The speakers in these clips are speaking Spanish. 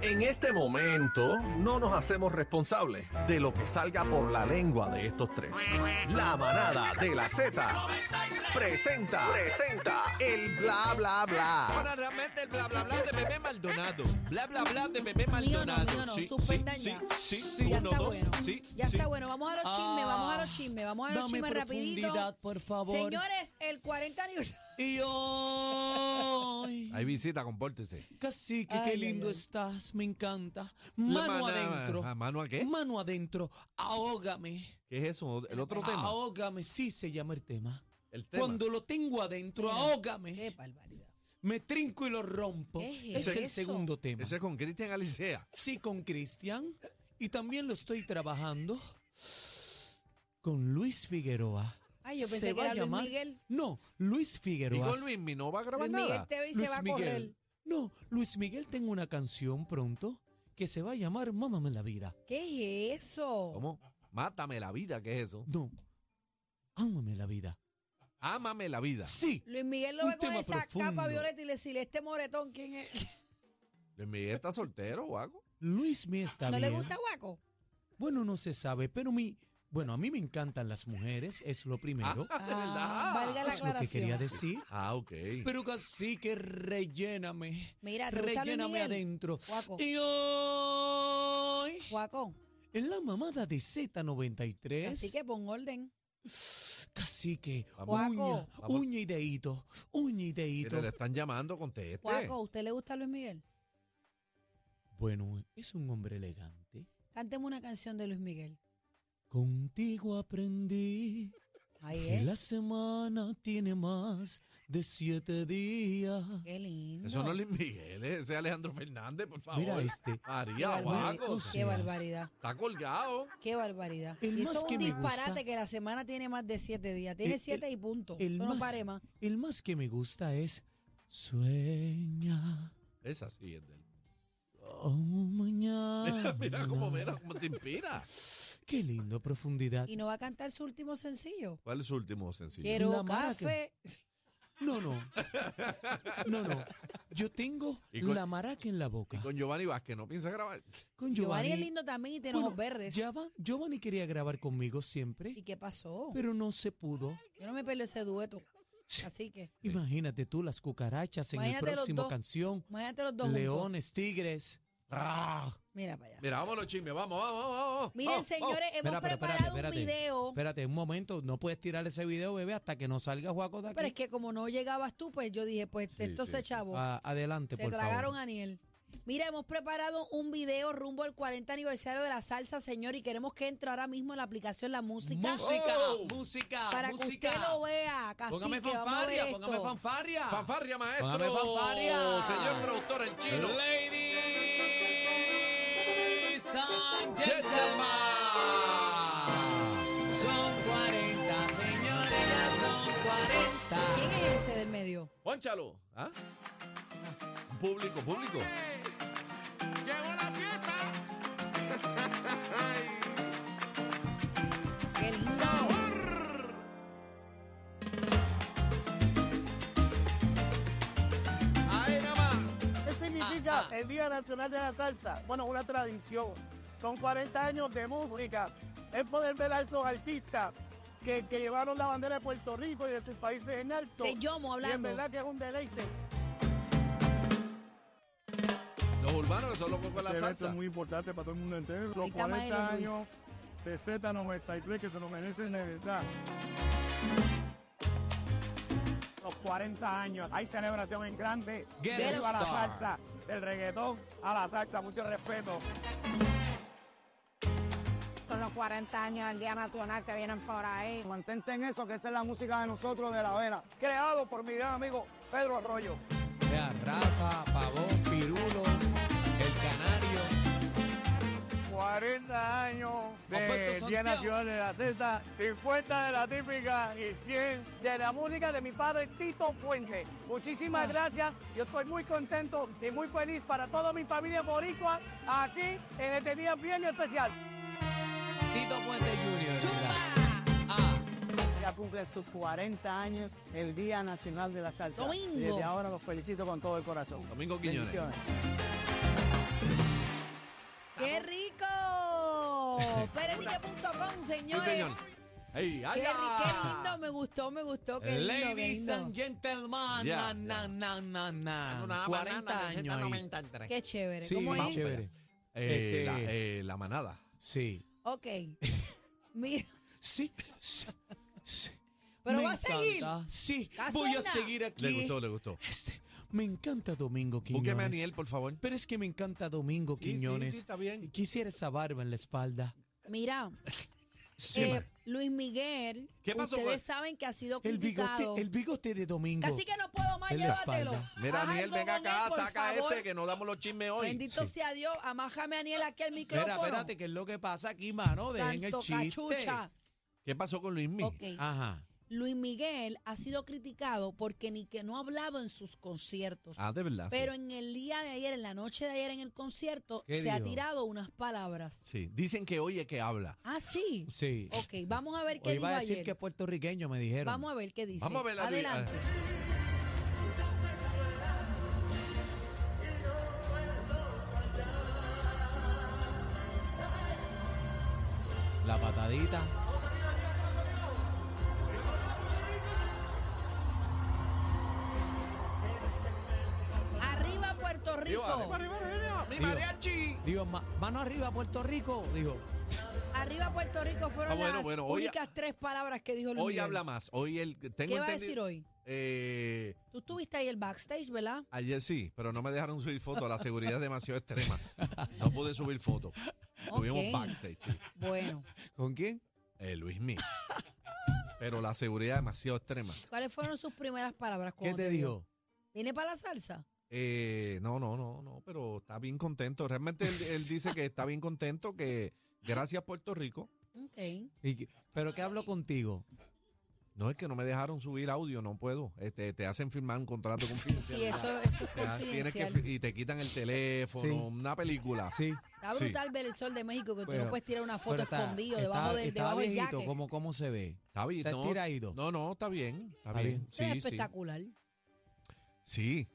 En este momento no nos hacemos responsables de lo que salga por la lengua de estos tres. La manada de la Z presenta, presenta el bla bla bla. Ahora realmente el bla bla bla de bebé Maldonado. Bla bla bla de bebé Mío no, Maldonado. mío no, sí, súper sí, dañado. Sí, sí, sí, ya uno, está dos, bueno. sí, ya sí. está bueno. Vamos a los chismes, vamos a los chismes, vamos a los Ah, dame chismes rapidito. profundidad, por favor. Señores, el 40 aniversario. Y hoy, Hay visita, compórtese. cacique, Ay, qué ay, lindo ay. estás, me encanta. Mano Mana- adentro. ah, ¿Mano a qué? Mano adentro, ahógame. ¿Qué es eso? El otro tema. Ahógame, sí se llama el tema. El tema. Cuando lo tengo adentro, Qué ahógame. barbaridad. Me trinco y lo rompo. ¿Qué es es el eso? segundo tema. Ese es con Cristian Alicea. Sí, con Cristian. Y también lo estoy trabajando con Luis Figueroa. Ay, yo pensé Se que va era a Luis llamar- Miguel. No, Luis Y Figueroa. con Luis, mi no va a grabar Luis Miguel nada. te ve y se va a correr. No, Luis Miguel tengo una canción pronto que se va a llamar Mámame la vida. ¿Qué es eso? ¿Cómo? Mátame la vida, ¿qué es eso? No. Ámame la vida. Ámame la vida. Sí. Luis Miguel lo Un ve con tema esa capa profundo. violeta y le dice, este moretón, ¿quién es? Luis Miguel está soltero, guaco. Luis me está ¿No bien. le gusta Guaco? Bueno, no se sabe, pero mi bueno, a mí me encantan las mujeres, es lo primero. Ah, Ah, valga la es lo que quería aclaración. decir. Ah, ok. Pero casi que relléname. Mira, Ah, ¿te gusta Luis relléname Miguel? Oh. adentro. Guaco. Y hoy Guaco, en la mamada de Z93. así que pon orden. Cacique, Vamos. uña, Guaco. uña y deíto, uña y deíto. Mire, le están llamando, conteste. Guaco, ¿a usted le gusta Luis Miguel? Bueno, es un hombre elegante. Cánteme una canción de Luis Miguel. Contigo aprendí Ahí que es. la semana tiene más de siete días. Qué lindo. Eso no es Luis Miguel, ese es Alejandro Fernández, por favor. Mira este. Qué, María, barbaridad. guaco. Qué seas. barbaridad. Está colgado. Qué barbaridad. El Y eso más es un que me disparate gusta- que la semana tiene más de siete días. Tiene El- el- siete y punto. El Eso no más, pare más. el más que me gusta es sueña Es así, es de él. como mañana. Mira cómo, mira cómo se inspira. Qué lindo profundidad. Y no va a cantar su último sencillo. ¿Cuál es su último sencillo? Quiero La mara café. No, no. No, no. Yo tengo Y con- la maraca en la boca. Y con Giovanni Vázquez, ¿no piensa grabar? Con Giovanni es Giovanni. lindo también y tiene ojos Bueno, verdes. ya va- Giovanni quería grabar conmigo siempre, ¿Y qué pasó? pero no se pudo. Yo no me peleo ese dueto. Así que, Imagínate tú las cucarachas en Imagínate el los próximo dos. canción. imagínate los dos juntos. Leones, tigres. ¡Ah! Mira para allá. Mira, vámonos, chisme, vamos, vamos, vamos. vamos. Miren, Oh, señores, hemos Espera, pero preparado espérate, un espérate. video. Pero, Espérate, un momento. No puedes tirar ese video, bebé, hasta que no salga Juaco de aquí. es que como no llegabas tú, pues yo dije, pues esto sí, se sí. chavo. Ah, adelante, Se por tragaron favor. a Aniel. Mira, hemos preparado un video rumbo al 40 aniversario de la salsa, señor, y queremos que entre ahora mismo en la aplicación La Música. Música, Oh. música, para que música. usted lo vea, casi póngame vamos a ver fanfarria, esto. póngame fanfarria. Fanfarria, maestro. Póngame fanfarria. Señor productor, el chino. Ladies and Gentleman. Son 40, señores, ya son 40. ¿Quién es ese del medio? Pónchalo. ¿Ah? Público, público. Qué lindo. Ahí nada más. ¿Qué significa el Día Nacional de la Salsa? Bueno, una tradición. Son 40 años de música. Es poder ver a esos artistas que, que llevaron la bandera de Puerto Rico y de sus países en alto. Sí, Yomo hablando. Y en verdad que es un deleite. Los urbanos que son locos con la este salsa. importante para todo el mundo entero. Ahí está Maelo Luis. de Z93 que se lo merecen de verdad. Los 40 años, hay celebración en grande. Get a Viva la star. salsa, del reggaetón a la salsa, mucho respeto. Son los 40 años del Día Nacional que vienen por ahí. Mantente en eso, que esa es la música de nosotros de la vena. Creado por mi gran amigo Pedro Arroyo. Vea, Rafa, Pavón, Pirulo, El Canario. 40 años Alberto de Día Santiago. Nacional de la Cesta, 50 de la típica y 100 de la música de mi padre Tito Puente. Muchísimas gracias, yo estoy muy contento y muy feliz para toda mi familia boricua aquí en este día bien especial. Tito Puente Jr. ¿verdad? ¡Zumba! Ah, Ya cumple sus 40 años el Día Nacional de la Salsa. Domingo. Desde ahora los felicito con todo el corazón. Domingo Quiñones. Bendiciones. ¡Qué rico! Peretique.com, Sí, señores. señor. Ey, qué, ay, ri- qué ah. lindo, me gustó, me gustó. Qué lindo, qué Ladies lindo. and gentlemen, Ya, na, na, na, na, na. 40 años ahí. Qué chévere. Sí, ¿Cómo bien es? chévere. Eh, Este- la, eh, la manada. Sí. Ok. Mira, Sí, sí, sí. Pero Me va a seguir. encanta. Sí, Haz voy a una. seguir aquí. Le gustó, le gustó. Este, me encanta Domingo Quiñones. Búsqueme a Aniel, por favor. Pero es que me encanta Domingo sí, Quiñones. sí, está bien. Quisiera esa barba en la espalda. mira. Sí, eh, man. Luis Miguel, ¿Qué pasó, ustedes pues? saben que ha sido el bigote, criticado. el bigote de Domingo. Casi que no puedo más, en la llévatelo. espalda. Mira, Haz Aniel, algo venga con acá, él, por saca favor. este que nos damos los chismes hoy. Bendito sea Dios, amájame a Aniel aquí al micrófono. Espera, espérate, que es lo que pasa aquí, mano. Dejen el Santo chiste. cachucha. ¿Qué pasó con Luismi? Ok. Ajá. Luis Miguel ha sido criticado porque ni que no ha hablado en sus conciertos. Ah, de verdad. sí. pero en el día de ayer, en la noche de ayer en el concierto, ¿Qué se ha dijo? tirado unas palabras. Sí. Dicen que oye que habla. Ah, sí. Sí. Ok, vamos a ver qué Hoy dijo va a decir ayer. que es puertorriqueño, me dijeron. Vamos a ver qué dice. Vamos a ver a Luis- Adelante. La patadita. Arriba Puerto Rico. Arriba, arriba, arriba, mi mariachi. Digo, ma- mano arriba, Puerto Rico. Digo, Arriba Puerto Rico fueron Ah, bueno, las bueno, hoy- únicas tres palabras que dijo Luis Hoy Miguel. habla más. Hoy el tengo ¿Qué va a entendido- decir hoy? Eh, Tú estuviste ahí el backstage, ¿verdad? ayer sí, pero no me dejaron subir fotos. La seguridad es demasiado extrema. No pude subir fotos. Tuvimos Ok. backstage. sí. Bueno, ¿con quién? Eh, Luismi. Pero la seguridad es demasiado extrema. ¿cuáles fueron sus primeras palabras? ¿Qué cuando te dijo? ¿Tiene para la salsa? Eh, no, no, no, no, pero está bien contento. Realmente él, él dice que está bien contento, que gracias Puerto Rico. Ok. ¿Y qué- ¿Pero qué hablo contigo? No es que no me dejaron subir audio, no puedo. Este, te hacen firmar un contrato con Sí, eso, eso es Te ha- tienes que confidencial. fi- y te quitan el teléfono, Sí. una película. Sí. Está Sí. brutal ver el sol de México que tú Pero- no puedes tirar una foto pero está- escondido está- debajo del está debajo del viejito, jacket. ¿cómo, cómo se ve? Está bien, Está no, estiradito. no, no, está bien, está, Está bien. bien. Eso es Sí, sí. espectacular. Sí.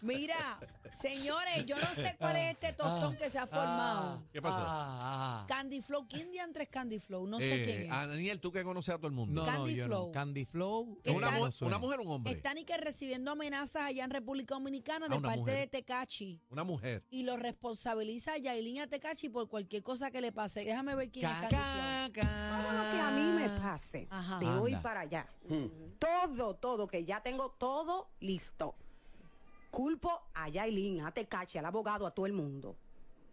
Mira, señores, yo no sé cuál es Ah, este tostón que se ha formado. ¿Qué pasó? Ah, ah, ah. Candy Flow, ¿quién diantres Candy Flow? No Eh, sé quién es. a Daniel, tú que conoces a todo el mundo. No, no, Candy yo Flow. no. Candy Flow. ¿Qué ¿Es una, eh, tal? mu- no suena. una mujer o un hombre? Están y que recibiendo amenazas allá en República Dominicana Ah, de una parte mujer. de Tecachi. Una mujer. Y lo responsabiliza a Yailin y a Tecachi por cualquier cosa que le pase. Déjame ver quién es Ca, Candy Flow. Ah. ca, ca. Todo lo que a mí me pase Ajá. de hoy Anda. para allá, todo, todo, que ya tengo todo listo. Culpo a Yailin, a Tecachi, al abogado, a todo el mundo.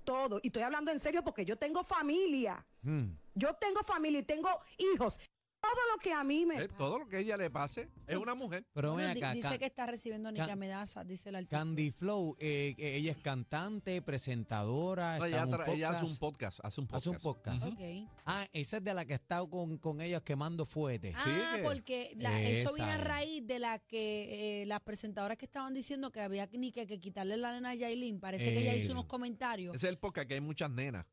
Todo. Y estoy hablando en serio porque yo tengo familia. Hmm. Yo tengo familia y tengo hijos. Todo lo que a mí me Eh, pasa. todo lo que ella le pase es una mujer. Pero ven Bueno, di- acá, dice ca- que está recibiendo ni Can- que amenazas, dice el artículo. Candy Flow, eh, eh, ella es cantante, presentadora, está Ella, Ah, en un tra- ella hace un podcast. podcast. Hace un podcast. Hace un podcast. Ok. Ah, esa es de la que ha estado con, con ellos quemando fuetes. Ah, que- porque la- eso viene a Esa es. raíz de la que eh, las presentadoras que estaban diciendo que había ni que, que quitarle la nena a Yailin. Parece que ella Eh. hizo unos comentarios. Ese es el podcast que hay muchas nenas.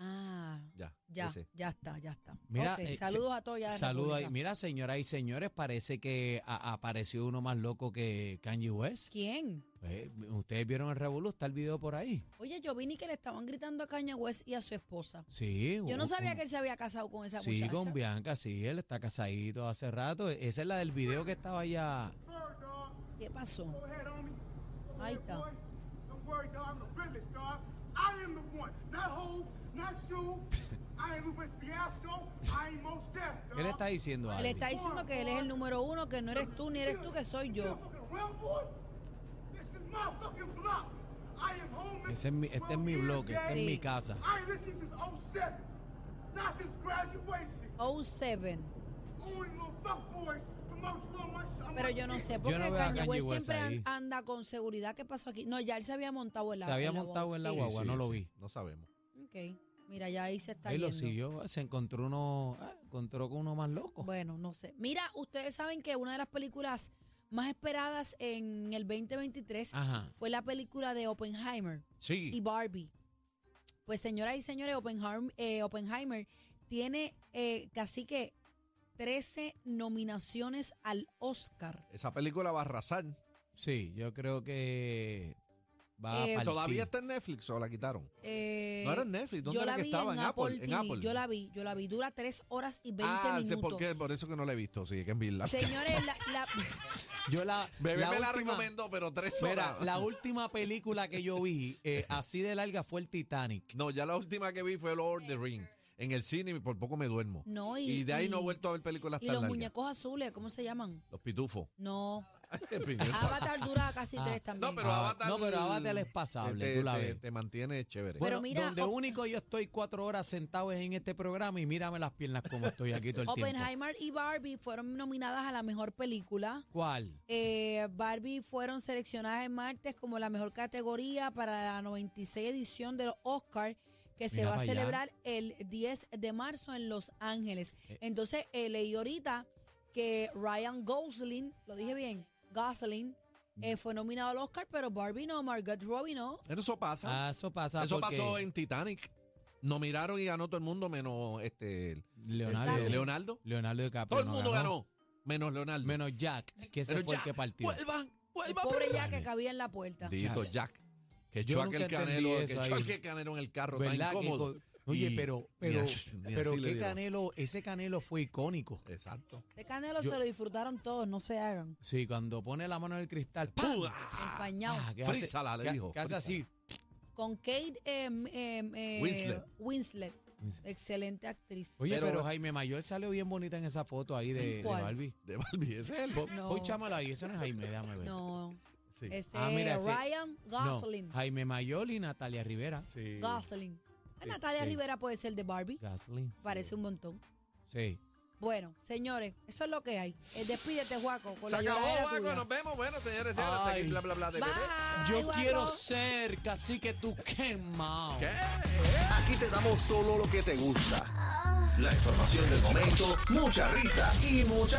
Ah, Ya. ya, ese. ya está, ya está. Mira, Ok, eh, saludos a todos ya. de Saludos ahí. República. Mira, señoras y señores, parece que a- apareció uno más loco que Kanye West. ¿Quién? Eh, Ustedes vieron el revolú, está el video por ahí. Oye, yo vi ni que le estaban gritando a Caña West y a su esposa. Sí. Yo no un- sabía un- que él se había casado con esa Sí, muchacha. con Bianca, sí, él está casadito hace rato. Esa es la del video que estaba allá. ¿Qué pasó? Ahí está. Don't worry, dog. I'm the realest, dog. I am the one. Not Hov, not you. I ain't Lupe Fiasco. I ain't Most Def, dog. ¿Qué le está diciendo a Le está diciendo que él es el número uno, que no eres tú ni eres tú, que soy yo. Fucking Realm Boy. This is my fucking block. I am home. Ese es mi- este es mi bloque, este Sí. es mi casa. I ain't listening since 07. Not since graduation. 07. Only little fuck boys from out you on my sh- on Pero my yo no feet. sé, porque no veo a Kanye Kanye West West siempre an- ahí. anda con seguridad. ¿Qué pasó aquí? No, ya él se había montado en la Se había en la montado guagua. en la Sí. guagua, no lo vi. No sabemos. Ok. Mira, ya ahí se está Ahí lo yendo. siguió, Oh. se encontró uno, ah, encontró con uno más loco. Bueno, no sé. Mira, ustedes saben que una de las películas más esperadas en el 2023 Ajá. fue la película de Oppenheimer y Sí. Barbie. Pues señoras y señores, Oppenheim- eh, Oppenheimer tiene eh, casi que 13 nominaciones al Oscar. Esa película va a arrasar. Sí, yo creo que Va Eh, a ¿Todavía partir. está en Netflix o la quitaron? Eh, No era en Netflix, ¿dónde yo era la que vi estaba? en En Apple, Apple, en TV, Apple. Yo la vi, yo la vi. Dura 3 horas y 20 ah, minutos. sé por qué, por eso que no la he visto, sí, que es Bill Señores, la, la- Yo la. Bebé me la última- recomendó, pero tres horas. Mira, la última película que yo vi eh, así de larga fue el Titanic. No, ya la última que vi fue Lord of the Ring. En el cine y por poco me duermo. No, y- de ahí no he y- vuelto a ver películas y tan los largas. muñecos azules, ¿cómo se llaman? Los pitufos. No. El primero. Avatar dura casi 3 también. no, pero Ah, Avatar. no, pero Avatar es pasable, te, tú la te- ves. te mantiene chévere. Pero Bueno, mira, donde Op- único yo estoy cuatro horas sentado es en este programa y mírame las piernas como estoy aquí todo el tiempo. Oppenheimer y Barbie fueron nominadas a la mejor película. ¿Cuál? Eh, Barbie fueron seleccionadas el martes como la mejor categoría para la 96 edición de los Oscar que se Mira va a pa' allá. celebrar el 10 de marzo en Los Ángeles. Entonces eh, leí ahorita que Ryan Gosling, lo dije bien, Gosling, eh, Mm. fue nominado al Oscar, pero Barbie no, Margot Robbie no. eso pasa. Ah, eso pasa. eso porque pasó en Titanic. No miraron y ganó todo el mundo menos este el- Leonardo. este, Leonardo. Leonardo DiCaprio. Todo el no mundo ganó. Menos Leonardo. Menos Jack, que ese Pero fue ya, el que partió. Vuelvan, El vuelvan. pobre pero- ya que cabía en la puerta. Dito Jack. Que Yo echó nunca aquel entendí canelo, que eso echó ahí. aquel canelo en el carro ¿Verdad? tan Que incómodo. co- Oye, Y pero, ni pero, así- ni pero así le qué dio. canelo, ese canelo fue icónico. Exacto. Ese canelo Yo- se lo disfrutaron todos, no se hagan. Sí, cuando pone la mano en el cristal, ¡pum! Empañado. Ah, que hace- Frízala, le que- dijo, que hace así. Con Kate em, em, eh, Winslet. Winslet, Excelente actriz. Oye, Pero- pero, Jaime Mayor salió bien bonita en esa foto ahí de, de ¿Cuál? Barbie. De Barbie, ese es él. Po- No. Hoy chámala ahí, eso no es Jaime, déjame ver. No. Sí. Ese Ah, mira, es ese- Ryan No, Gosling. Jaime Mayor y Natalia Rivera. Sí. Gosling. Ah, Natalia sí. Rivera puede ser de Barbie. Gosling. Parece un montón. Sí. Bueno, señores, eso es lo que hay. Eh, despídete, Juaco. Con Se la acabó, lloradera Juaco, tuya. Nos vemos. Bueno, señores, señores, hasta aquí Ay. bla, bla, bla. De bebé. Bye, Yo Juaco. quiero ser cacique tú quemao. Aquí te damos solo lo que te gusta. La información del momento, mucha risa y mucha